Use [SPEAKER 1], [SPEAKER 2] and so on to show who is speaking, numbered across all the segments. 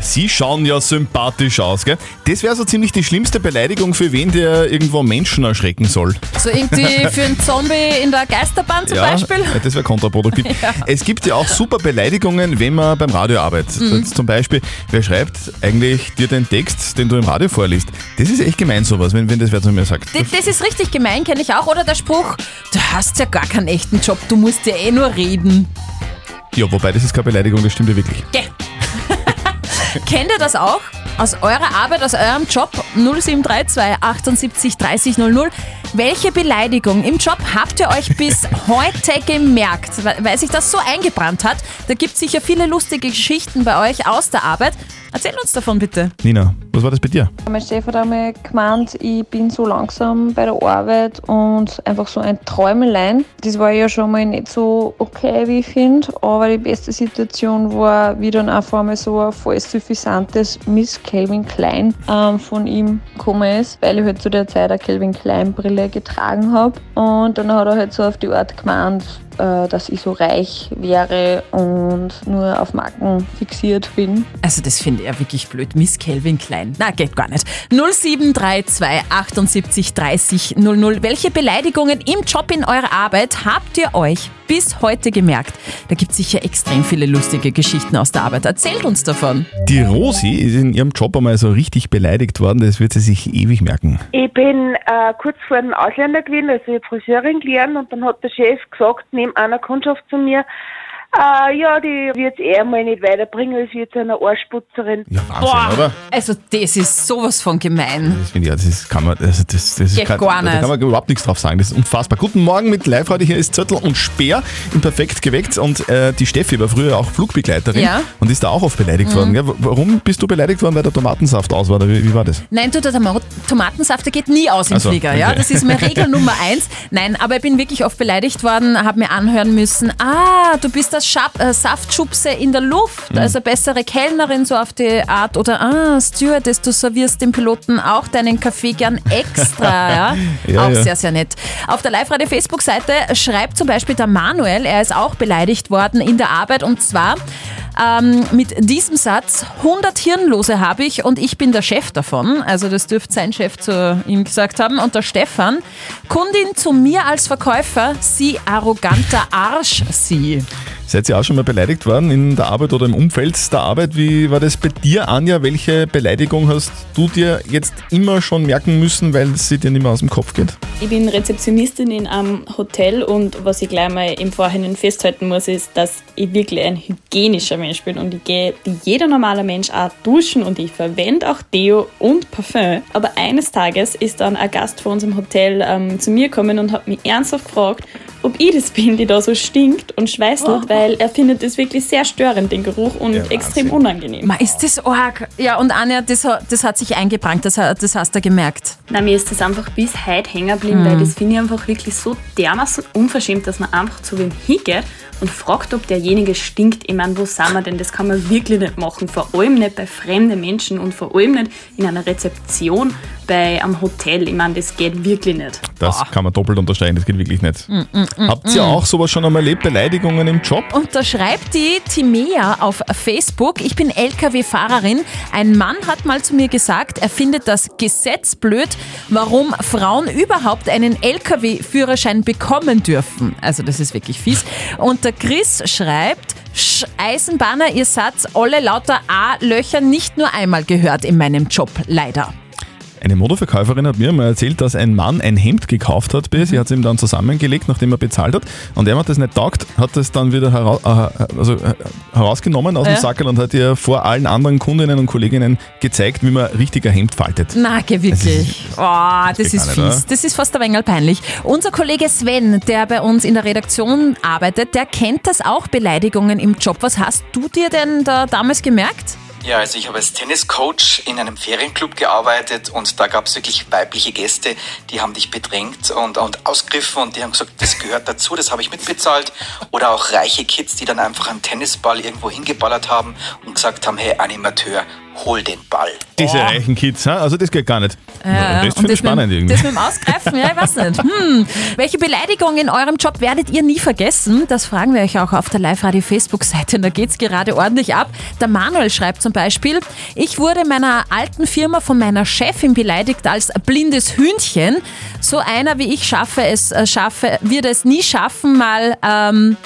[SPEAKER 1] Sie schauen ja sympathisch aus, gell? Das wäre so ziemlich die schlimmste Beleidigung für wen, der irgendwo Menschen erschrecken soll.
[SPEAKER 2] So irgendwie für einen Zombie in der Geisterbahn zum Beispiel.
[SPEAKER 1] äh, das wäre kontraproduktiv. Es gibt ja auch super Beleidigungen, wenn man beim Radio arbeitet.
[SPEAKER 2] Mhm.
[SPEAKER 1] Jetzt Zum Beispiel, wer schreibt eigentlich dir den Text, den du im Radio vorliest? Das ist echt gemein sowas, wenn, wenn das wer zu mir sagt.
[SPEAKER 2] D- Das ist richtig gemein, kenne ich auch. Oder der Spruch, du hast ja gar keinen echten Job, du musst ja eh nur reden.
[SPEAKER 1] Ja, wobei, das ist keine Beleidigung, das stimmt ja wirklich.
[SPEAKER 2] Geh. Kennt ihr das auch? Aus eurer Arbeit, aus eurem Job 0732 78 30 00. Welche Beleidigung im Job habt ihr euch bis heute gemerkt? Weil weil sich das so eingebrannt hat. Da gibt es sicher viele lustige Geschichten bei euch aus der Arbeit. Erzähl uns davon bitte.
[SPEAKER 1] Nina, was war das bei dir?
[SPEAKER 3] Mein Chef hat einmal gemeint, ich bin so langsam bei der Arbeit und einfach so ein Träumelein. Das war ja schon mal nicht so okay, wie ich finde, aber die beste Situation war, wie dann einfach einmal so ein voll suffisantes Miss Calvin Klein ähm, von ihm gekommen ist, weil ich halt zu der Zeit eine Calvin Klein Brille getragen habe. Und dann hat er halt so auf die Art gemeint, äh, dass ich so reich wäre und nur auf Marken fixiert bin.
[SPEAKER 2] Also das finde ich ja wirklich blöd. Miss Kelvin Klein. Na, geht gar nicht. 0732 78 30 00. Welche Beleidigungen im Job in eurer Arbeit habt ihr euch bis heute gemerkt? Da gibt es sicher extrem viele lustige Geschichten aus der Arbeit. Erzählt uns davon.
[SPEAKER 1] Die Rosi ist in ihrem Job einmal so richtig beleidigt worden, das wird sie sich ewig merken.
[SPEAKER 4] Ich bin äh, kurz vor dem Ausländer gewesen, also ich hab Friseurin gelernt und dann hat der Chef gesagt, neben einer Kundschaft zu mir, äh, ja, die wird's eh mal nicht weiterbringen, als jetzt einer Arschputzerin.
[SPEAKER 1] Ja, Wahnsinn, oder?
[SPEAKER 2] Also das ist sowas von gemein.
[SPEAKER 1] Das finde ich, ja, das kann man, also das, das ist
[SPEAKER 2] Geht gar
[SPEAKER 1] Da
[SPEAKER 2] nicht.
[SPEAKER 1] kann man überhaupt nichts drauf sagen. Das ist unfassbar. Guten Morgen mit live heute hier ist Zettel und Speer im Perfekt geweckt und äh, die Steffi war früher auch Flugbegleiterin
[SPEAKER 2] Ja. Mhm.
[SPEAKER 1] und ist da auch oft beleidigt worden. Gell? W- Warum bist du beleidigt worden, weil der Tomatensaft aus war? Oder wie, wie war das?
[SPEAKER 2] Nein, du, der Toma- Tomatensaft, der geht nie aus im
[SPEAKER 1] Ach so,
[SPEAKER 2] Flieger. Ja?
[SPEAKER 1] okay.
[SPEAKER 2] Das ist meine Regel Nummer eins. Nein, aber ich bin wirklich oft beleidigt worden, habe mir anhören müssen, ah, du bist das Schab äh, Saftschubse in der
[SPEAKER 1] Mhm.
[SPEAKER 2] Luft, also bessere Kellnerin so auf die Art. Oder, ah, Stewardess, du servierst dem Piloten auch deinen Kaffee gern extra. ja?
[SPEAKER 1] Ja,
[SPEAKER 2] auch
[SPEAKER 1] ja.
[SPEAKER 2] sehr, sehr nett. Auf der Live-Radio-Facebook-Seite schreibt zum Beispiel der Manuel, er ist auch beleidigt worden in der Arbeit und zwar... Ähm, mit diesem Satz, 100 Hirnlose habe ich und ich bin der Chef davon. Also das dürfte sein Chef zu ihm gesagt haben. Und der Stefan, Kundin zu mir als Verkäufer, sie arroganter Arsch, sie.
[SPEAKER 1] Seid ihr auch schon mal beleidigt worden in der Arbeit oder im Umfeld der Arbeit? Wie war das bei dir, Anja? Welche Beleidigung hast du dir jetzt immer schon merken müssen, weil sie dir nicht mehr aus dem Kopf geht?
[SPEAKER 5] Ich bin Rezeptionistin in einem Hotel und was ich gleich mal im Vorhinein festhalten muss, ist, dass ich wirklich ein hygienischer Mensch bin und ich gehe wie jeder normale Mensch auch duschen und ich verwende auch Deo und Parfüm. Aber eines Tages ist dann ein Gast von uns im Hotel ähm, zu mir gekommen und hat mich ernsthaft gefragt, ob ich das bin, die da so stinkt und schweißelt, weil er findet das wirklich sehr störend, den Geruch, und
[SPEAKER 1] Oh. Ja,
[SPEAKER 5] extrem
[SPEAKER 1] Wahnsinn.
[SPEAKER 5] unangenehm.
[SPEAKER 2] Ma, ist das arg? Ja, und Anja, das, ha- das hat sich eingebrannt, das, ha- das hast du gemerkt.
[SPEAKER 6] Nein, mir ist das einfach bis heute hängen geblieben, weil das finde ich einfach wirklich so dermaßen unverschämt, dass man einfach zu wem hingeht und fragt, ob derjenige stinkt. Ich meine, wo sind wir denn? Das kann man wirklich nicht machen. Vor allem nicht bei fremden Menschen und vor allem nicht in einer Rezeption bei einem Hotel. Ich meine, das geht wirklich nicht.
[SPEAKER 1] Das kann man doppelt unterstreichen, das geht wirklich nicht.
[SPEAKER 2] Mm,
[SPEAKER 1] Habt ihr auch sowas schon einmal erlebt? Beleidigungen im Job?
[SPEAKER 2] Und da schreibt die Timea auf Facebook, ich bin Lkw-Fahrerin. Ein Mann hat mal zu mir gesagt, er findet das Gesetz blöd, warum Frauen überhaupt einen Lkw-Führerschein bekommen dürfen. Also das ist wirklich fies. Und der Chris schreibt, Sch, Eisenbahner, ihr Satz, alle lauter A-Löcher nicht nur einmal gehört in meinem Job, leider.
[SPEAKER 1] Eine Modeverkäuferin hat mir mal erzählt, dass ein Mann ein Hemd gekauft hat,
[SPEAKER 2] Mhm.
[SPEAKER 1] bei ihr. sie hat es ihm dann zusammengelegt, nachdem er bezahlt hat und er hat das nicht taugt, hat es dann wieder heraus, äh, also, äh, herausgenommen aus
[SPEAKER 2] Ja.
[SPEAKER 1] dem Sackerl und hat ihr vor allen anderen Kundinnen und Kolleginnen gezeigt, wie man richtiger Hemd faltet.
[SPEAKER 2] Na, geh wirklich.
[SPEAKER 1] Das ist-
[SPEAKER 2] Oh, das
[SPEAKER 1] geht gar
[SPEAKER 2] ist
[SPEAKER 1] nicht,
[SPEAKER 2] fies.
[SPEAKER 1] oder?
[SPEAKER 2] Das ist fast ein wenig peinlich. Unser Kollege Sven, der bei uns in der Redaktion arbeitet, der kennt das auch, Beleidigungen im Job. Was hast du dir denn da damals gemerkt?
[SPEAKER 7] Ja, also ich habe als Tenniscoach in einem Ferienclub gearbeitet und da gab's wirklich weibliche Gäste, die haben dich bedrängt und, und ausgriffen und die haben gesagt, das gehört dazu, das habe ich mitbezahlt. Oder auch reiche Kids, die dann einfach einen Tennisball irgendwo hingeballert haben und gesagt haben, hey Animateur, hol den Ball.
[SPEAKER 1] Diese reichen Kids, ha? also das geht gar nicht.
[SPEAKER 2] Ja,
[SPEAKER 1] Na, das finde ich spannend
[SPEAKER 2] mit, dem-
[SPEAKER 1] irgendwie.
[SPEAKER 2] das mit dem Ausgreifen, ja, ich weiß nicht. Hm. Welche Beleidigung in eurem Job werdet ihr nie vergessen? Das fragen wir euch auch auf der Live-Radio-Facebook-Seite. Da geht's gerade ordentlich ab. Der Manuel schreibt zum Beispiel, ich wurde meiner alten Firma von meiner Chefin beleidigt als blindes Hündchen. So einer wie ich schaffe es, äh, schaffe, wird es nie schaffen, mal ähm,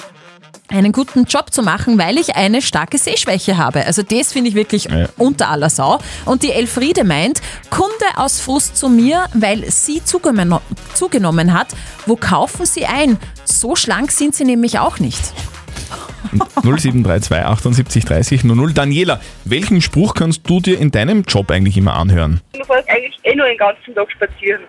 [SPEAKER 2] einen guten Job zu machen, weil ich eine starke Sehschwäche habe. Also das finde ich wirklich
[SPEAKER 1] Ja.
[SPEAKER 2] unter aller Sau. Und die Elfriede meint, Kunde aus Frust zu mir, weil sie zugenommen, zugenommen hat. Wo kaufen sie ein? So schlank sind sie nämlich auch nicht.
[SPEAKER 1] 0732 78 30 00. Daniela, welchen Spruch kannst du dir in deinem Job eigentlich immer anhören?
[SPEAKER 4] Du fährst eigentlich eh nur den ganzen Tag spazieren.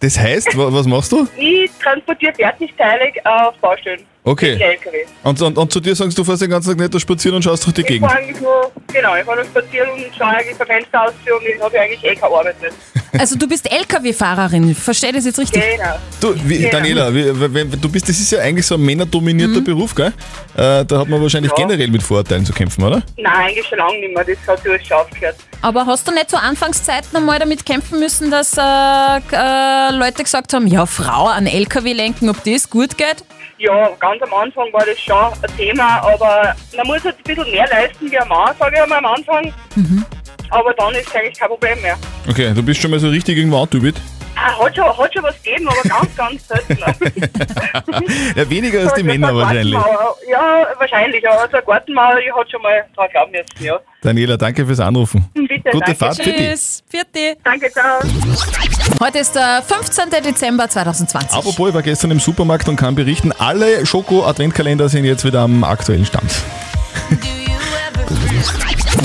[SPEAKER 1] Das heißt, wa- was machst du?
[SPEAKER 4] Ich transportiere Fertigteile auf Baustellen.
[SPEAKER 1] Okay.
[SPEAKER 4] Mit LKW.
[SPEAKER 1] Und, und, und zu dir sagst du, fährst den ganzen Tag nicht da spazieren und schaust durch die
[SPEAKER 4] Ich
[SPEAKER 1] Gegend.
[SPEAKER 4] fahre eigentlich nur, genau, ich fahre nur spazieren und schaue eigentlich vom Fenster aus und ich habe eigentlich eh keine Arbeit mehr.
[SPEAKER 2] Also du bist Lkw-Fahrerin, verstehe das jetzt richtig?
[SPEAKER 4] Genau.
[SPEAKER 1] Du, wie,
[SPEAKER 4] Ja. Mhm.
[SPEAKER 1] Daniela, wie, wenn- wenn, du bist, das ist ja eigentlich so ein männerdominierter Beruf, gell? Äh, da hat man wahrscheinlich
[SPEAKER 4] Ja.
[SPEAKER 1] generell mit Vorurteilen zu kämpfen, oder?
[SPEAKER 4] Nein, eigentlich schon lange nicht mehr, das hat sich alles schon aufgehört.
[SPEAKER 2] Aber hast du nicht zu Anfangszeiten einmal damit kämpfen müssen, dass äh, äh, Leute gesagt haben, ja Frau an Lkw lenken, ob das gut geht?
[SPEAKER 4] Ja, ganz am Anfang war das schon ein Thema, aber man muss halt ein bisschen mehr leisten wie ein Mann, sage ich einmal am Anfang.
[SPEAKER 1] Mhm.
[SPEAKER 4] Aber dann ist es eigentlich kein Problem mehr.
[SPEAKER 1] Okay, du bist schon mal so richtig irgendwo outdubit.
[SPEAKER 4] Ah, hat, schon, hat schon was gegeben, aber ganz, ganz selten. Also
[SPEAKER 1] Ja, weniger als die Männer wahrscheinlich.
[SPEAKER 4] Gartenmauer. Ja, wahrscheinlich. Aber so eine Gartenmauer, ich hatte schon mal dran glauben müssen, ja.
[SPEAKER 1] Daniela, danke fürs Anrufen.
[SPEAKER 4] Bitte,
[SPEAKER 1] Gute
[SPEAKER 4] danke.
[SPEAKER 1] Fahrt für dich.
[SPEAKER 2] Tschüss, vierte.
[SPEAKER 4] Danke, ciao.
[SPEAKER 2] Heute ist der 15. Dezember 2020.
[SPEAKER 1] Apropos, ich war gestern im Supermarkt und kann berichten, alle Schoko-Adventkalender sind jetzt wieder am aktuellen Stand.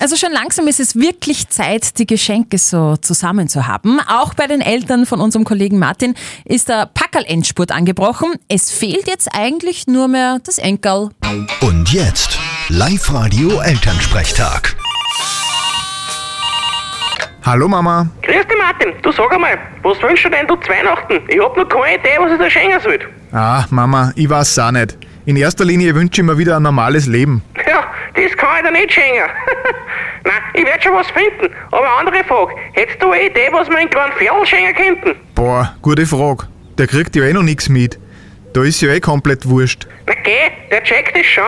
[SPEAKER 2] Also schon langsam ist es wirklich Zeit, die Geschenke so zusammen zu haben. Auch bei den Eltern von unserem Kollegen Martin ist der Packerl-Endspurt angebrochen. Es fehlt jetzt eigentlich nur mehr das Enkel.
[SPEAKER 8] Und jetzt Live-Radio Elternsprechtag.
[SPEAKER 9] Hallo Mama.
[SPEAKER 10] Grüß dich, Martin. Du sag einmal, was wünschst du denn du zu Weihnachten? Ich hab noch keine Idee, was ich da schenken soll.
[SPEAKER 9] Ah, Mama, ich weiß auch nicht. In erster Linie wünsche ich mir wieder ein normales Leben.
[SPEAKER 10] Ja, das kann ich dir nicht schenken. Nein, ich werd schon was finden. Aber andere Frage, hättest du eine Idee, was wir in kleinen Pferdl schenken könnten?
[SPEAKER 9] Boah, gute Frage. Der kriegt ja eh noch nichts mit. Da ist ja eh komplett wurscht.
[SPEAKER 10] Na geh, der checkt das schon.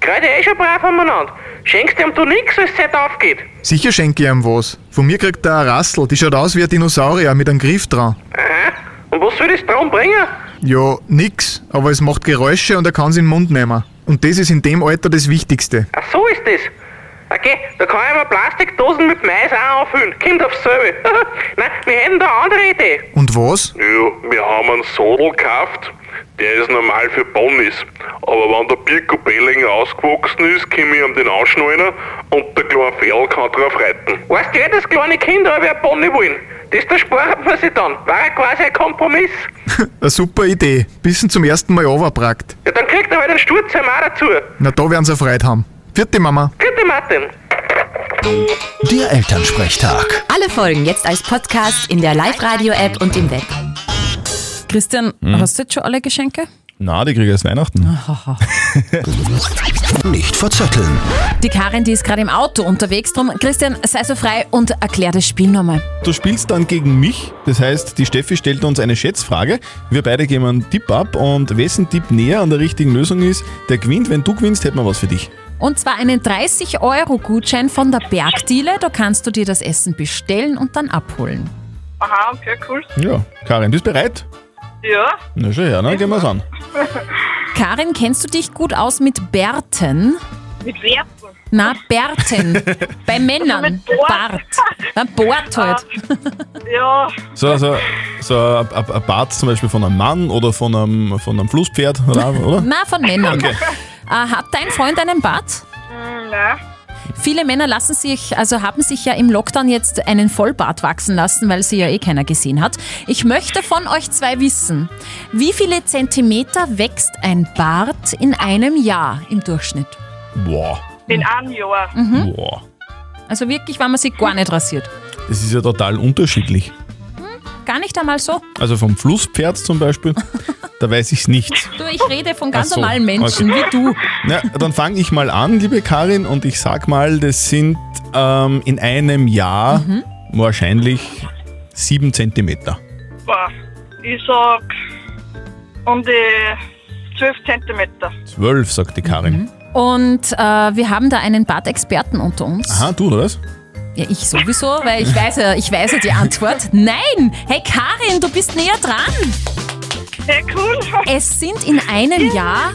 [SPEAKER 10] Gerade eh schon brav umeinander. Schenkst ihm du nix, als Zeit aufgeht.
[SPEAKER 9] Sicher schenke ich ihm was. Von mir kriegt er eine Rassel, die schaut aus wie ein Dinosaurier mit einem Griff dran.
[SPEAKER 10] Aha. Und was soll das drum bringen?
[SPEAKER 9] Ja, nix, aber es macht Geräusche und er kann es in den Mund nehmen. Und das ist in dem Alter das Wichtigste.
[SPEAKER 10] Ach, so ist das. Okay, da kann ich mir Plastikdosen mit Mais auch anfüllen. Kommt aufs selbe. Nein, wir hätten da eine andere Idee.
[SPEAKER 9] Und was?
[SPEAKER 11] Ja, wir haben einen Sodel gekauft, der ist normal für Ponys. Aber wenn der Birko Bellinger ausgewachsen ist, kann ich ihm den anschneiden und der kleine Ferl kann drauf reiten.
[SPEAKER 10] Weißt du, das kleine Kind aber ein Pony wollen. Das da spart man sich dann. War ja quasi ein Kompromiss.
[SPEAKER 9] Eine super Idee. Bisschen zum ersten Mal overbrackt.
[SPEAKER 10] Ja, dann kriegt er halt einen Sturz auch dazu.
[SPEAKER 9] Na, da werden sie Freude haben. Vierte Mama.
[SPEAKER 10] Bitte, Martin.
[SPEAKER 8] Der Elternsprechtag.
[SPEAKER 12] Alle Folgen jetzt als Podcast in der Live-Radio-App und im Web.
[SPEAKER 2] Christian, hast du jetzt schon alle Geschenke?
[SPEAKER 1] Na, die kriege ich erst Weihnachten.
[SPEAKER 8] Nicht verzetteln.
[SPEAKER 2] Die Karin, die ist gerade im Auto unterwegs. Drum, Christian, sei so frei und erklär das Spiel nochmal.
[SPEAKER 1] Du spielst dann gegen mich, das heißt, die Steffi stellt uns eine Schätzfrage, wir beide geben einen Tipp ab und wessen Tipp näher an der richtigen Lösung ist, der gewinnt. Wenn du gewinnst, hätten wir was für dich.
[SPEAKER 2] Und zwar einen 30-Euro-Gutschein von der Bergdiele. Da kannst du dir das Essen bestellen und dann abholen.
[SPEAKER 4] Aha, okay, cool.
[SPEAKER 1] Ja, Karin, bist du bereit?
[SPEAKER 4] Ja,
[SPEAKER 1] Na schon her, ne? Gehen wir's an.
[SPEAKER 2] Karin, kennst du dich gut aus mit Bärten?
[SPEAKER 4] mit Werten.
[SPEAKER 2] Na, Bärten. Bei Männern.
[SPEAKER 4] Mit Bart.
[SPEAKER 2] Bart. Na,
[SPEAKER 1] Ah.
[SPEAKER 2] Bart halt.
[SPEAKER 4] Ja,
[SPEAKER 1] So, so, so ein- ein ein Bart zum Beispiel von einem Mann oder von einem, von einem Flusspferd, oder? oder?
[SPEAKER 2] Na, von Männern.
[SPEAKER 1] Okay.
[SPEAKER 2] Äh, hat dein Freund einen Bart?
[SPEAKER 4] nein.
[SPEAKER 2] Viele Männer lassen sich, also haben sich ja im Lockdown jetzt einen Vollbart wachsen lassen, weil sie ja eh keiner gesehen hat. Ich möchte von euch zwei wissen, wie viele Zentimeter wächst ein Bart in einem Jahr im Durchschnitt?
[SPEAKER 1] Boah,
[SPEAKER 4] In
[SPEAKER 1] Hm.
[SPEAKER 4] einem Jahr.
[SPEAKER 2] Hm?
[SPEAKER 1] boah.
[SPEAKER 2] Also wirklich, wenn man sich gar nicht rasiert.
[SPEAKER 1] Das ist ja total unterschiedlich.
[SPEAKER 2] Gar nicht einmal so.
[SPEAKER 1] Also vom Flusspferd zum Beispiel, da weiß ich's nicht.
[SPEAKER 2] Du, ich rede von ganz
[SPEAKER 1] Ach so,
[SPEAKER 2] normalen Menschen wie du.
[SPEAKER 1] Na, dann fange ich mal an, liebe Karin, und ich sag mal, das sind ähm, in einem Jahr
[SPEAKER 2] Mhm.
[SPEAKER 1] wahrscheinlich 7 Zentimeter.
[SPEAKER 13] Boah, ich sag um die 12 Zentimeter.
[SPEAKER 1] 12, sagt die Karin.
[SPEAKER 2] Mhm. Und äh, wir haben da einen Bartexperten unter uns.
[SPEAKER 1] Aha, du oder was?
[SPEAKER 2] Ja, ich sowieso, weil ich weiß ja, ich weiß ja die Antwort. Nein! Hey Karin, du bist näher dran!
[SPEAKER 13] Hey, cool!
[SPEAKER 2] Es sind in einem Jahr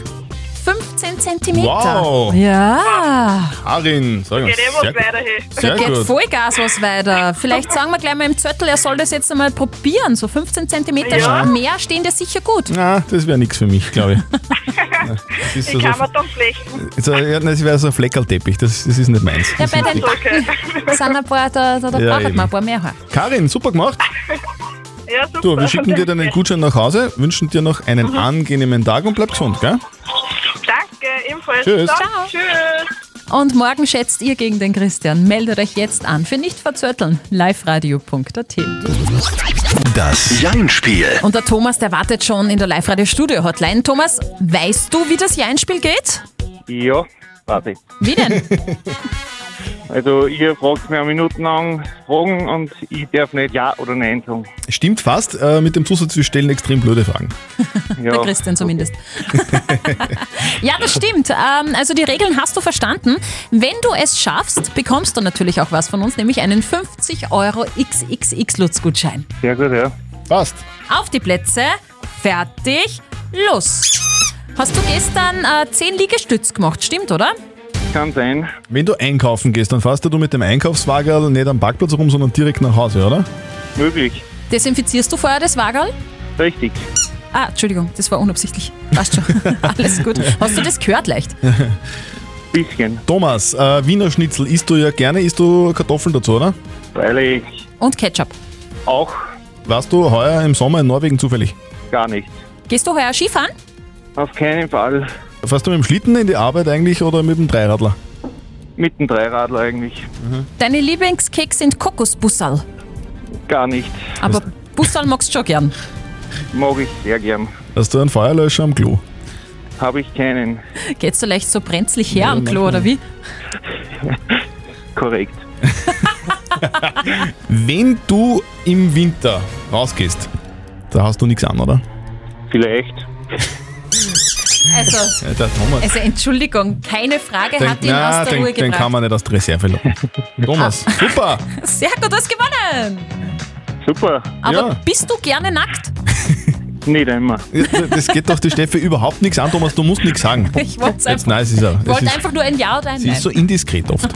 [SPEAKER 2] 15 Zentimeter.
[SPEAKER 1] Wow.
[SPEAKER 2] Ja!
[SPEAKER 1] Karin, sag mal.
[SPEAKER 2] Geht eh was
[SPEAKER 1] Sehr,
[SPEAKER 2] weiter,
[SPEAKER 1] gut. Also
[SPEAKER 2] Da
[SPEAKER 1] sehr
[SPEAKER 2] geht
[SPEAKER 1] gut.
[SPEAKER 2] Vollgas was weiter. Vielleicht sagen wir gleich mal im Zettel, er soll das jetzt einmal probieren. So 15 Zentimeter
[SPEAKER 1] Ja.
[SPEAKER 2] mehr stehen dir sicher gut.
[SPEAKER 1] Na, das wäre nichts für mich, glaube ich. Das ist so, so,
[SPEAKER 2] dann flechten.
[SPEAKER 1] so, ja, das wäre so ein Fleckerlteppich, das, das ist nicht meins.
[SPEAKER 2] Ja,
[SPEAKER 1] Das
[SPEAKER 2] bei
[SPEAKER 1] ist
[SPEAKER 2] den
[SPEAKER 1] nicht-
[SPEAKER 2] Backen sind ein paar, da, da, da
[SPEAKER 1] Ja,
[SPEAKER 2] braucht
[SPEAKER 1] eben.
[SPEAKER 2] man ein paar mehr. Haar.
[SPEAKER 1] Karin, super gemacht.
[SPEAKER 13] Ja, super.
[SPEAKER 1] Du, wir schicken dir deinen Gutschein nach Hause, wünschen dir noch einen
[SPEAKER 13] Mhm.
[SPEAKER 1] angenehmen Tag und bleib gesund, gell?
[SPEAKER 13] Danke, ebenfalls.
[SPEAKER 1] Tschüss.
[SPEAKER 13] Dann
[SPEAKER 2] Ciao.
[SPEAKER 13] Tschüss.
[SPEAKER 2] Und morgen schätzt ihr gegen den Christian. Meldet euch jetzt an für nicht verzötteln. liveradio.at.
[SPEAKER 8] Das Jein-Spiel.
[SPEAKER 2] Und der Thomas, der wartet schon in der Live-Radio-Studio-Hotline. Thomas, weißt du, wie das Jeinspiel geht?
[SPEAKER 14] Ja, warte.
[SPEAKER 2] Wie denn?
[SPEAKER 14] Also ihr fragt mir eine Minute lang Fragen und ich darf nicht Ja oder Nein sagen.
[SPEAKER 1] Stimmt fast, äh, mit dem Zusatz, wir stellen extrem blöde Fragen.
[SPEAKER 2] Der Christian zumindest. ja, das stimmt. Ähm, also die Regeln hast du verstanden. Wenn du es schaffst, bekommst du natürlich auch was von uns, nämlich einen 50 Euro XXX-Lutz-Gutschein.
[SPEAKER 14] Sehr gut, ja.
[SPEAKER 1] Passt.
[SPEAKER 2] Auf die Plätze, fertig, los. Hast du gestern äh, 10 Liegestütz gemacht, stimmt, oder?
[SPEAKER 14] Kann sein.
[SPEAKER 1] Wenn du einkaufen gehst, dann fährst du mit dem Einkaufswagen nicht am Parkplatz rum, sondern direkt nach Hause, oder?
[SPEAKER 14] Möglich.
[SPEAKER 2] Desinfizierst du vorher das Wagerl?
[SPEAKER 14] Richtig.
[SPEAKER 2] Ah, Entschuldigung, das war unabsichtlich. Passt schon. Alles gut. Hast du das gehört leicht?
[SPEAKER 14] Bisschen.
[SPEAKER 1] Thomas, äh, Wiener Schnitzel isst du ja gerne, isst du Kartoffeln dazu, oder?
[SPEAKER 14] Freilich.
[SPEAKER 2] Und Ketchup.
[SPEAKER 14] Auch.
[SPEAKER 1] Warst du heuer im Sommer in Norwegen zufällig?
[SPEAKER 14] Gar nicht.
[SPEAKER 2] Gehst du heuer Skifahren?
[SPEAKER 14] Auf keinen Fall.
[SPEAKER 1] Fährst du mit dem Schlitten in die Arbeit eigentlich oder mit dem Dreiradler?
[SPEAKER 14] Mit dem Dreiradler eigentlich.
[SPEAKER 2] Deine Lieblingskeks sind Kokosbussal.
[SPEAKER 14] Gar nicht.
[SPEAKER 2] Aber Bussal magst du schon gern.
[SPEAKER 14] Mag ich sehr gern.
[SPEAKER 1] Hast du einen Feuerlöscher am Klo?
[SPEAKER 14] Habe ich keinen.
[SPEAKER 2] Geht's du leicht so brenzlig her
[SPEAKER 14] Ja,
[SPEAKER 2] am Klo,
[SPEAKER 14] manchmal.
[SPEAKER 2] oder wie?
[SPEAKER 14] Korrekt.
[SPEAKER 1] Wenn du im Winter rausgehst, da hast du nichts an, oder?
[SPEAKER 14] Vielleicht.
[SPEAKER 2] Also,
[SPEAKER 1] Ja, der Thomas.
[SPEAKER 2] also Entschuldigung, keine Frage hat ihn
[SPEAKER 1] na,
[SPEAKER 2] aus der
[SPEAKER 1] den,
[SPEAKER 2] Ruhe
[SPEAKER 1] den kann
[SPEAKER 2] gebracht. Ah.
[SPEAKER 1] man nicht aus der Reserve locken. Thomas, super!
[SPEAKER 2] Sehr gut, du hast gewonnen.
[SPEAKER 14] Super.
[SPEAKER 2] Aber bist du gerne nackt?
[SPEAKER 14] Nicht immer.
[SPEAKER 1] Das geht doch die Steffi überhaupt nichts an, Thomas, du musst nichts sagen.
[SPEAKER 2] Ich wollt's
[SPEAKER 1] Jetzt, nein, es ist ja.
[SPEAKER 2] Ich
[SPEAKER 1] Es
[SPEAKER 2] wollte
[SPEAKER 1] ist,
[SPEAKER 2] einfach nur ein Ja oder ein
[SPEAKER 1] sie
[SPEAKER 2] Nein.
[SPEAKER 1] ist so indiskret oft.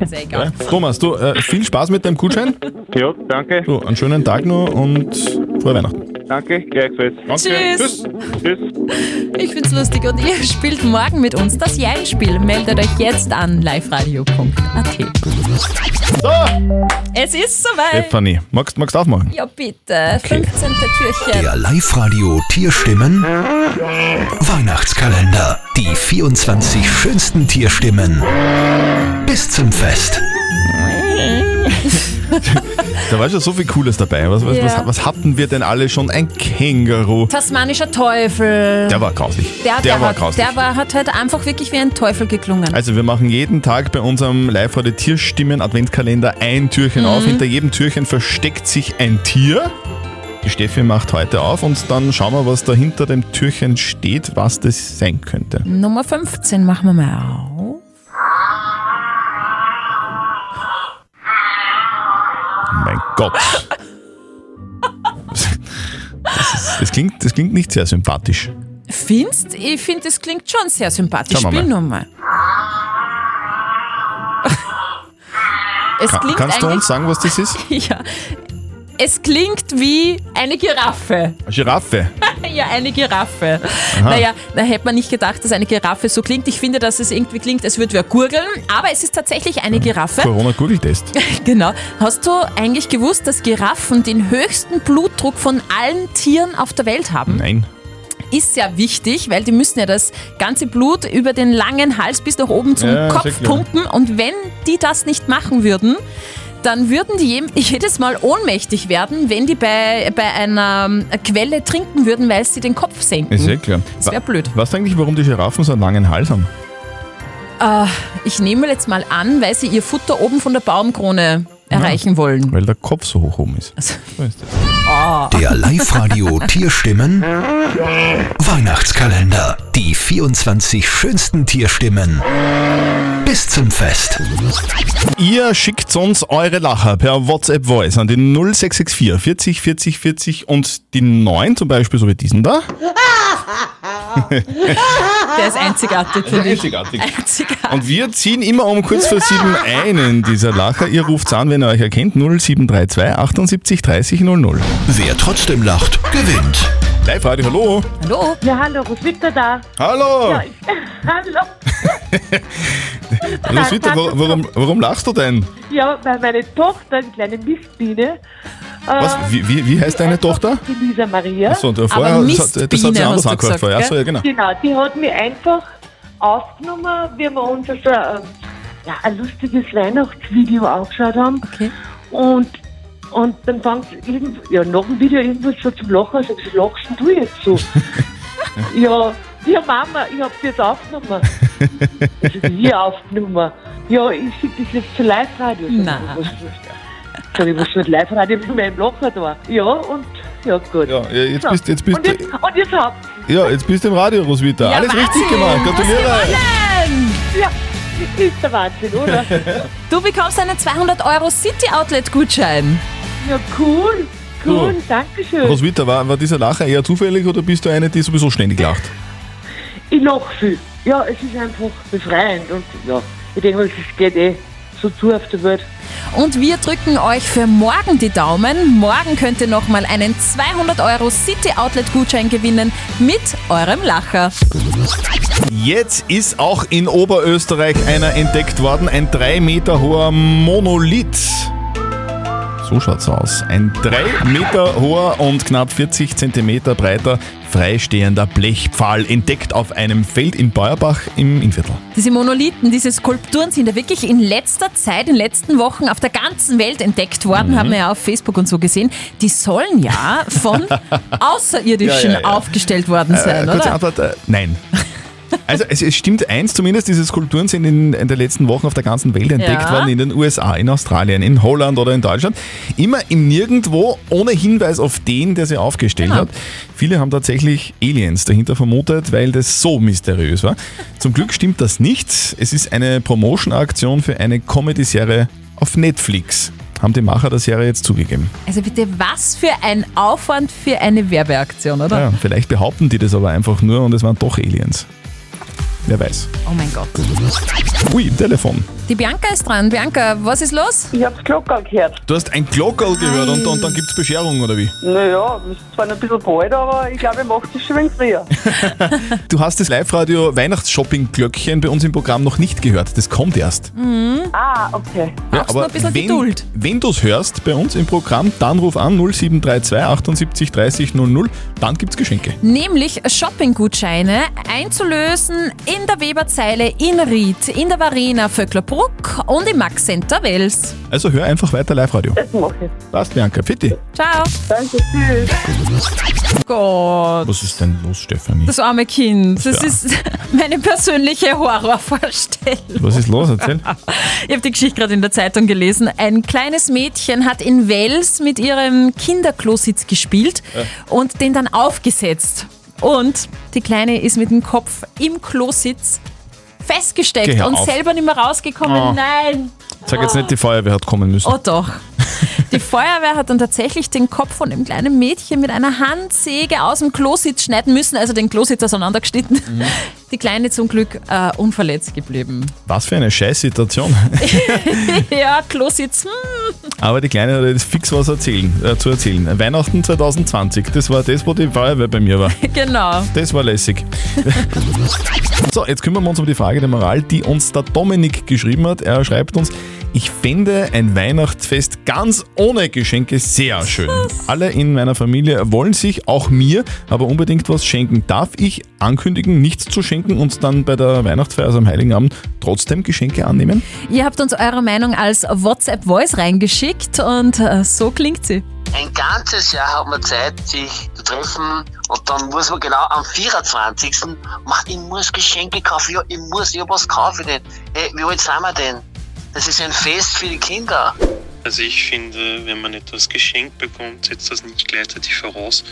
[SPEAKER 2] ist ja egal.
[SPEAKER 1] Ja. Thomas, du, äh, viel Spaß mit deinem Gutschein.
[SPEAKER 14] Ja, danke.
[SPEAKER 1] Du, einen schönen Tag noch und frohe Weihnachten.
[SPEAKER 14] Danke, gleichfalls.
[SPEAKER 2] Danke. Tschüss.
[SPEAKER 14] Tschüss.
[SPEAKER 2] Ich find's lustig und ihr spielt morgen mit uns das Jein-Spiel. Meldet euch jetzt an liveradio.at. So. Es ist soweit.
[SPEAKER 1] Stefanie, magst du aufmachen?
[SPEAKER 2] Ja, bitte. 15. Türchen.
[SPEAKER 8] Der Live-Radio Tierstimmen. Weihnachtskalender. Die 24 schönsten Tierstimmen. Bis zum Fest.
[SPEAKER 1] Da war schon so viel Cooles dabei. Was, was,
[SPEAKER 2] Ja.
[SPEAKER 1] was, was hatten wir denn alle schon? Ein Känguru.
[SPEAKER 2] Tasmanischer Teufel.
[SPEAKER 1] Der war grauslich.
[SPEAKER 2] Der, der,
[SPEAKER 1] war
[SPEAKER 2] hat,
[SPEAKER 1] grauslich.
[SPEAKER 2] Der war, hat halt einfach wirklich wie ein Teufel geklungen.
[SPEAKER 1] Also wir machen jeden Tag bei unserem live radio tierstimmen adventskalender ein Türchen
[SPEAKER 2] Mhm.
[SPEAKER 1] auf. Hinter jedem Türchen versteckt sich ein Tier. Die Steffi macht heute auf und dann schauen wir, was da hinter dem Türchen steht, was das sein könnte.
[SPEAKER 2] Nummer 15 machen wir mal auf.
[SPEAKER 1] Mein Gott. Das, ist, das, klingt, das klingt nicht sehr sympathisch.
[SPEAKER 2] Findest? Ich finde, das klingt schon sehr sympathisch.
[SPEAKER 1] Schauen wir
[SPEAKER 2] Spiel
[SPEAKER 1] mal.
[SPEAKER 2] nochmal. es
[SPEAKER 1] Ka-
[SPEAKER 2] klingt
[SPEAKER 1] kannst du
[SPEAKER 2] eigentlich-
[SPEAKER 1] uns sagen, was das ist?
[SPEAKER 2] ja. Es klingt wie eine Giraffe.
[SPEAKER 1] Eine Giraffe.
[SPEAKER 2] ja, eine Giraffe.
[SPEAKER 1] Aha.
[SPEAKER 2] Naja, da hätte man nicht gedacht, dass eine Giraffe so klingt. Ich finde, dass es irgendwie klingt, als würde wer gurgeln. Aber es ist tatsächlich
[SPEAKER 1] Äh,
[SPEAKER 2] eine Giraffe.
[SPEAKER 1] Corona-Google-Test.
[SPEAKER 2] Genau. Hast du eigentlich gewusst, dass Giraffen den höchsten Blutdruck von allen Tieren auf der Welt haben?
[SPEAKER 1] Nein.
[SPEAKER 2] Ist ja wichtig, weil die müssen ja das ganze Blut über den langen Hals bis nach oben zum
[SPEAKER 15] Ja, sehr
[SPEAKER 2] Kopf
[SPEAKER 15] klar.
[SPEAKER 2] pumpen. Und wenn die das nicht machen würden, dann würden die je- jedes Mal ohnmächtig werden, wenn die bei, bei einer ähm, Quelle trinken würden, weil sie den Kopf senken.
[SPEAKER 1] Ist eh klar.
[SPEAKER 2] Hm? Das wäre blöd.
[SPEAKER 1] Was eigentlich, warum die Giraffen so einen langen Hals haben?
[SPEAKER 2] Äh, ich nehme jetzt mal an, weil sie ihr Futter oben von der Baumkrone erreichen wollen.
[SPEAKER 1] Weil der Kopf so hoch oben ist.
[SPEAKER 2] Also-
[SPEAKER 8] Der Live-Radio Tierstimmen Weihnachtskalender. Die 24 schönsten Tierstimmen. Bis zum Fest.
[SPEAKER 1] Ihr schickt uns eure Lacher per WhatsApp Voice an die 0664 40 40 40 und die 9 zum Beispiel, so wie diesen da.
[SPEAKER 2] Der ist einzigartig,
[SPEAKER 1] Der
[SPEAKER 2] finde
[SPEAKER 1] ist
[SPEAKER 2] ich.
[SPEAKER 1] einzigartig.
[SPEAKER 2] Einzigartig.
[SPEAKER 1] Und wir ziehen immer um kurz vor sieben einen dieser Lacher. Ihr ruft an, wenn ihr euch erkennt, 0732 78 30 00.
[SPEAKER 8] Wer trotzdem lacht, gewinnt.
[SPEAKER 1] Live Radio, hallo.
[SPEAKER 2] Hallo?
[SPEAKER 13] Ja, hallo, Roswitha da.
[SPEAKER 1] Hallo.
[SPEAKER 13] Ja, ich, hallo.
[SPEAKER 1] Roswitha, wa- warum, warum lachst du denn?
[SPEAKER 13] Ja, weil meine Tochter, die kleine Mistbiene.
[SPEAKER 1] Was,
[SPEAKER 13] äh,
[SPEAKER 1] wie, wie, wie heißt deine Tochter?
[SPEAKER 13] Die Lisa Maria.
[SPEAKER 1] Ach so, und äh, vorher- das hat- das hat sie
[SPEAKER 13] Mistbiene,
[SPEAKER 1] anders
[SPEAKER 13] hast du
[SPEAKER 1] angehört
[SPEAKER 13] gesagt,
[SPEAKER 1] vorher. Ach so, ja,
[SPEAKER 13] gell?
[SPEAKER 1] genau.
[SPEAKER 13] Genau, die hat mich einfach aufgenommen, wie wir uns also, äh, ja, ein lustiges Weihnachtsvideo angeschaut haben. Und, und dann fängt irgend- ja, nach dem Video irgendwas so zum Lachen an. Ich sag, Was lachst denn du jetzt so? ja, ja, Mama, ich hab das jetzt aufgenommen. Das ist hier aufgenommen. Ja, ich schicke das jetzt zu Live-Radio.
[SPEAKER 2] Nein.
[SPEAKER 13] Sag ich, was mit Live-Radio mit meinem Lachen da? Ja, und ja, gut.
[SPEAKER 1] Ja, jetzt bist- jetzt bist
[SPEAKER 13] und jetzt, und jetzt habt
[SPEAKER 1] Ja, jetzt bist du im Radio, Roswitha. Alles richtig gemacht. Gratuliere.
[SPEAKER 13] Ja, das ist der Wahnsinn, oder?
[SPEAKER 2] Du bekommst einen 200 Euro City Outlet Gutschein.
[SPEAKER 13] Ja, cool.
[SPEAKER 1] Cool, Du.
[SPEAKER 13] danke
[SPEAKER 1] Roswitha, war, war dieser Lacher eher zufällig oder bist du eine, die sowieso ständig lacht?
[SPEAKER 13] Ich lache viel. Ja, es ist einfach befreiend und ja, ich denke mal, es geht eh so zu auf der Welt.
[SPEAKER 2] Und wir drücken euch für morgen die Daumen. Morgen könnt ihr nochmal einen 200 Euro City Outlet Gutschein gewinnen mit eurem Lacher.
[SPEAKER 1] Jetzt ist auch in Oberösterreich einer entdeckt worden, ein 3 Meter hoher Monolith. So schaut's aus. Ein 3 Meter hoher und knapp 40 Zentimeter breiter freistehender Blechpfahl entdeckt auf einem Feld in Beuerbach im Innviertel.
[SPEAKER 2] Diese Monolithen, diese Skulpturen sind ja wirklich in letzter Zeit, in den letzten Wochen auf der ganzen Welt entdeckt worden,
[SPEAKER 1] Mhm.
[SPEAKER 2] haben wir ja auf Facebook und so gesehen. Die sollen ja von Außerirdischen
[SPEAKER 1] Ja, ja, ja.
[SPEAKER 2] aufgestellt worden sein,
[SPEAKER 1] kurze
[SPEAKER 2] oder?
[SPEAKER 1] Antwort, äh, nein. Also es, es stimmt eins zumindest, diese Skulpturen sind in, in den letzten Wochen auf der ganzen Welt entdeckt
[SPEAKER 2] Ja.
[SPEAKER 1] worden, in den USA, in Australien, in Holland oder in Deutschland. Immer im Nirgendwo, ohne Hinweis auf den, der sie aufgestellt
[SPEAKER 2] Genau.
[SPEAKER 1] hat. Viele haben tatsächlich Aliens dahinter vermutet, weil das so mysteriös war. Zum Glück stimmt das nicht. Es ist eine Promotion-Aktion für eine Comedy-Serie auf Netflix, haben die Macher der Serie jetzt zugegeben.
[SPEAKER 2] Also bitte, was für ein Aufwand für eine Werbeaktion, oder?
[SPEAKER 1] Ja, vielleicht behaupten die das aber einfach nur und es waren doch Aliens. Wer weiß.
[SPEAKER 2] Oh mein Gott.
[SPEAKER 1] Ui, Telefon.
[SPEAKER 2] Die Bianca ist dran. Bianca, was ist los?
[SPEAKER 13] Ich hab's Glocker gehört.
[SPEAKER 1] Du hast ein Glockerl gehört und, und dann gibt's Bescherung, oder wie?
[SPEAKER 13] Naja, ist zwar ein bisschen bald, aber ich glaube, ich mach das schon ein wenig früher.
[SPEAKER 1] Du hast das Live-Radio Weihnachtsshopping-Glöckchen bei uns im Programm noch nicht gehört. Das kommt erst.
[SPEAKER 13] Ah, okay.
[SPEAKER 1] wenn, wenn du es hörst bei uns im Programm, dann ruf an 0732 78 30 00, dann gibt's Geschenke.
[SPEAKER 2] Nämlich Shoppinggutscheine einzulösen in der Weberzeile in Ried, in der Varena Vöcklerbruck und im Max Center Wels.
[SPEAKER 1] Also hör einfach weiter Live-Radio.
[SPEAKER 13] Das mach ich.
[SPEAKER 1] Passt, Bianca. Fitti.
[SPEAKER 2] Ciao.
[SPEAKER 13] Danke, tschüss.
[SPEAKER 2] Gott.
[SPEAKER 1] Was ist denn los, Stefanie?
[SPEAKER 2] Das arme Kind. Das
[SPEAKER 1] Ja.
[SPEAKER 2] ist meine persönliche Horrorvorstellung.
[SPEAKER 1] Was ist los? Erzähl.
[SPEAKER 2] Ich habe die Geschichte gerade in der Zeitung gelesen. Ein kleines Mädchen hat in Wels mit ihrem Kinderklositz gespielt
[SPEAKER 15] Ja.
[SPEAKER 2] und den dann aufgesetzt. Und die Kleine ist mit dem Kopf im Klositz
[SPEAKER 1] Geh
[SPEAKER 2] festgesteckt
[SPEAKER 1] her
[SPEAKER 2] und
[SPEAKER 1] auf.
[SPEAKER 2] selber nicht mehr rausgekommen.
[SPEAKER 1] Oh.
[SPEAKER 2] Nein!
[SPEAKER 1] Sag jetzt nicht, die Feuerwehr hat kommen müssen.
[SPEAKER 2] Oh doch. Die Feuerwehr hat dann tatsächlich den Kopf von dem kleinen Mädchen mit einer Handsäge aus dem Klositz schneiden müssen, also den Klositz auseinandergeschnitten. Die Kleine zum Glück äh, unverletzt geblieben.
[SPEAKER 1] Was für eine Scheißsituation.
[SPEAKER 2] ja, Klositz. Hm.
[SPEAKER 1] Aber die Kleine hat jetzt fix was erzählen, äh, zu erzählen. Weihnachten 2020, das war das, wo die Feuerwehr bei mir war.
[SPEAKER 2] Genau.
[SPEAKER 1] Das war lässig. so, jetzt kümmern wir uns um die Frage der Moral, die uns der Dominik geschrieben hat. Er schreibt uns, ich fände ein Weihnachtsfest ganz ohne Geschenke sehr schön. Alle in meiner Familie wollen sich, auch mir, aber unbedingt was schenken. Darf ich ankündigen, nichts zu schenken und dann bei der Weihnachtsfeier, also am Heiligen Abend, trotzdem Geschenke annehmen?
[SPEAKER 2] Ihr habt uns eure Meinung als WhatsApp-Voice reingeschickt und äh, so klingt sie.
[SPEAKER 16] Ein ganzes Jahr hat man Zeit, sich
[SPEAKER 5] treffen und dann muss man genau am 24. Macht, ich muss Geschenke kaufen, ja, ich muss, ja, was kaufe ich denn? Hey, wie alt sind wir denn? Das ist ein Fest für die Kinder.
[SPEAKER 17] Also ich finde, wenn man etwas geschenkt bekommt, setzt das nicht gleichzeitig voraus,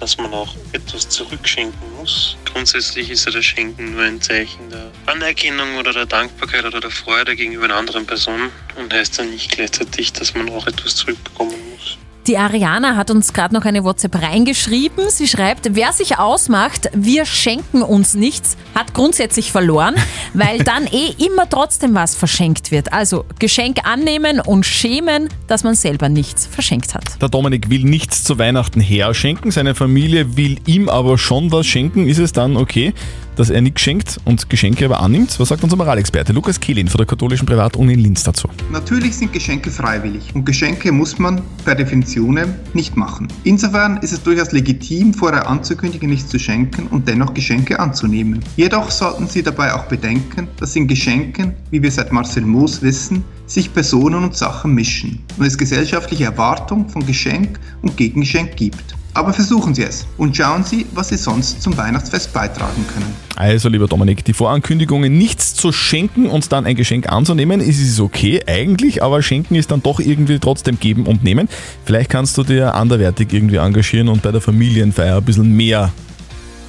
[SPEAKER 17] dass man auch etwas zurückschenken muss. Grundsätzlich ist ja das Schenken nur ein Zeichen der Anerkennung oder der Dankbarkeit oder der Freude gegenüber einer anderen Person und heißt dann nicht gleichzeitig, dass man auch etwas zurückbekommen muss.
[SPEAKER 2] Die Ariana hat uns gerade noch eine WhatsApp reingeschrieben. Sie schreibt, wer sich ausmacht, wir schenken uns nichts, hat grundsätzlich verloren, weil dann eh immer trotzdem was verschenkt wird. Also Geschenk annehmen und schämen, dass man selber nichts verschenkt hat.
[SPEAKER 1] Der Dominik will nichts zu Weihnachten herschenken, seine Familie will ihm aber schon was schenken. Ist es dann okay, dass er nichts schenkt und Geschenke aber annimmt? Was sagt unser Moralexperte Lukas Kehlin von der katholischen Privatuni in Linz dazu?
[SPEAKER 13] Natürlich sind Geschenke freiwillig und Geschenke muss man per Definition nicht machen. Insofern ist es durchaus legitim, vorher anzukündigen, nichts zu schenken und dennoch Geschenke anzunehmen. Jedoch sollten Sie dabei auch bedenken, dass in Geschenken, wie wir seit Marcel Moos wissen, sich Personen und Sachen mischen und es gesellschaftliche Erwartung von Geschenk und Gegengeschenk gibt. Aber versuchen Sie es und schauen Sie, was Sie sonst zum Weihnachtsfest beitragen können.
[SPEAKER 1] Also, lieber Dominik, die Vorankündigungen, nichts zu schenken und dann ein Geschenk anzunehmen, ist es okay eigentlich, aber schenken ist dann doch irgendwie trotzdem geben und nehmen. Vielleicht kannst du dir anderweitig irgendwie engagieren und bei der Familienfeier ein bisschen mehr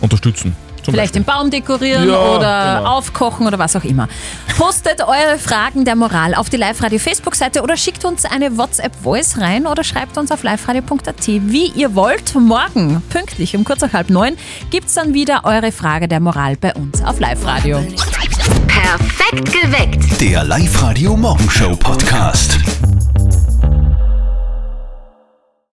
[SPEAKER 1] unterstützen. Zum
[SPEAKER 2] Vielleicht den Baum dekorieren
[SPEAKER 1] Ja,
[SPEAKER 2] oder
[SPEAKER 1] genau.
[SPEAKER 2] aufkochen oder was auch immer. Postet eure Fragen der Moral auf die Live-Radio-Facebook-Seite oder schickt uns eine WhatsApp-Voice rein oder schreibt uns auf liveradio.at, wie ihr wollt. Morgen, pünktlich um kurz nach halb neun, gibt es dann wieder eure Frage der Moral bei uns auf Live-Radio.
[SPEAKER 12] Perfekt geweckt.
[SPEAKER 8] Der Live-Radio Morgenshow Podcast.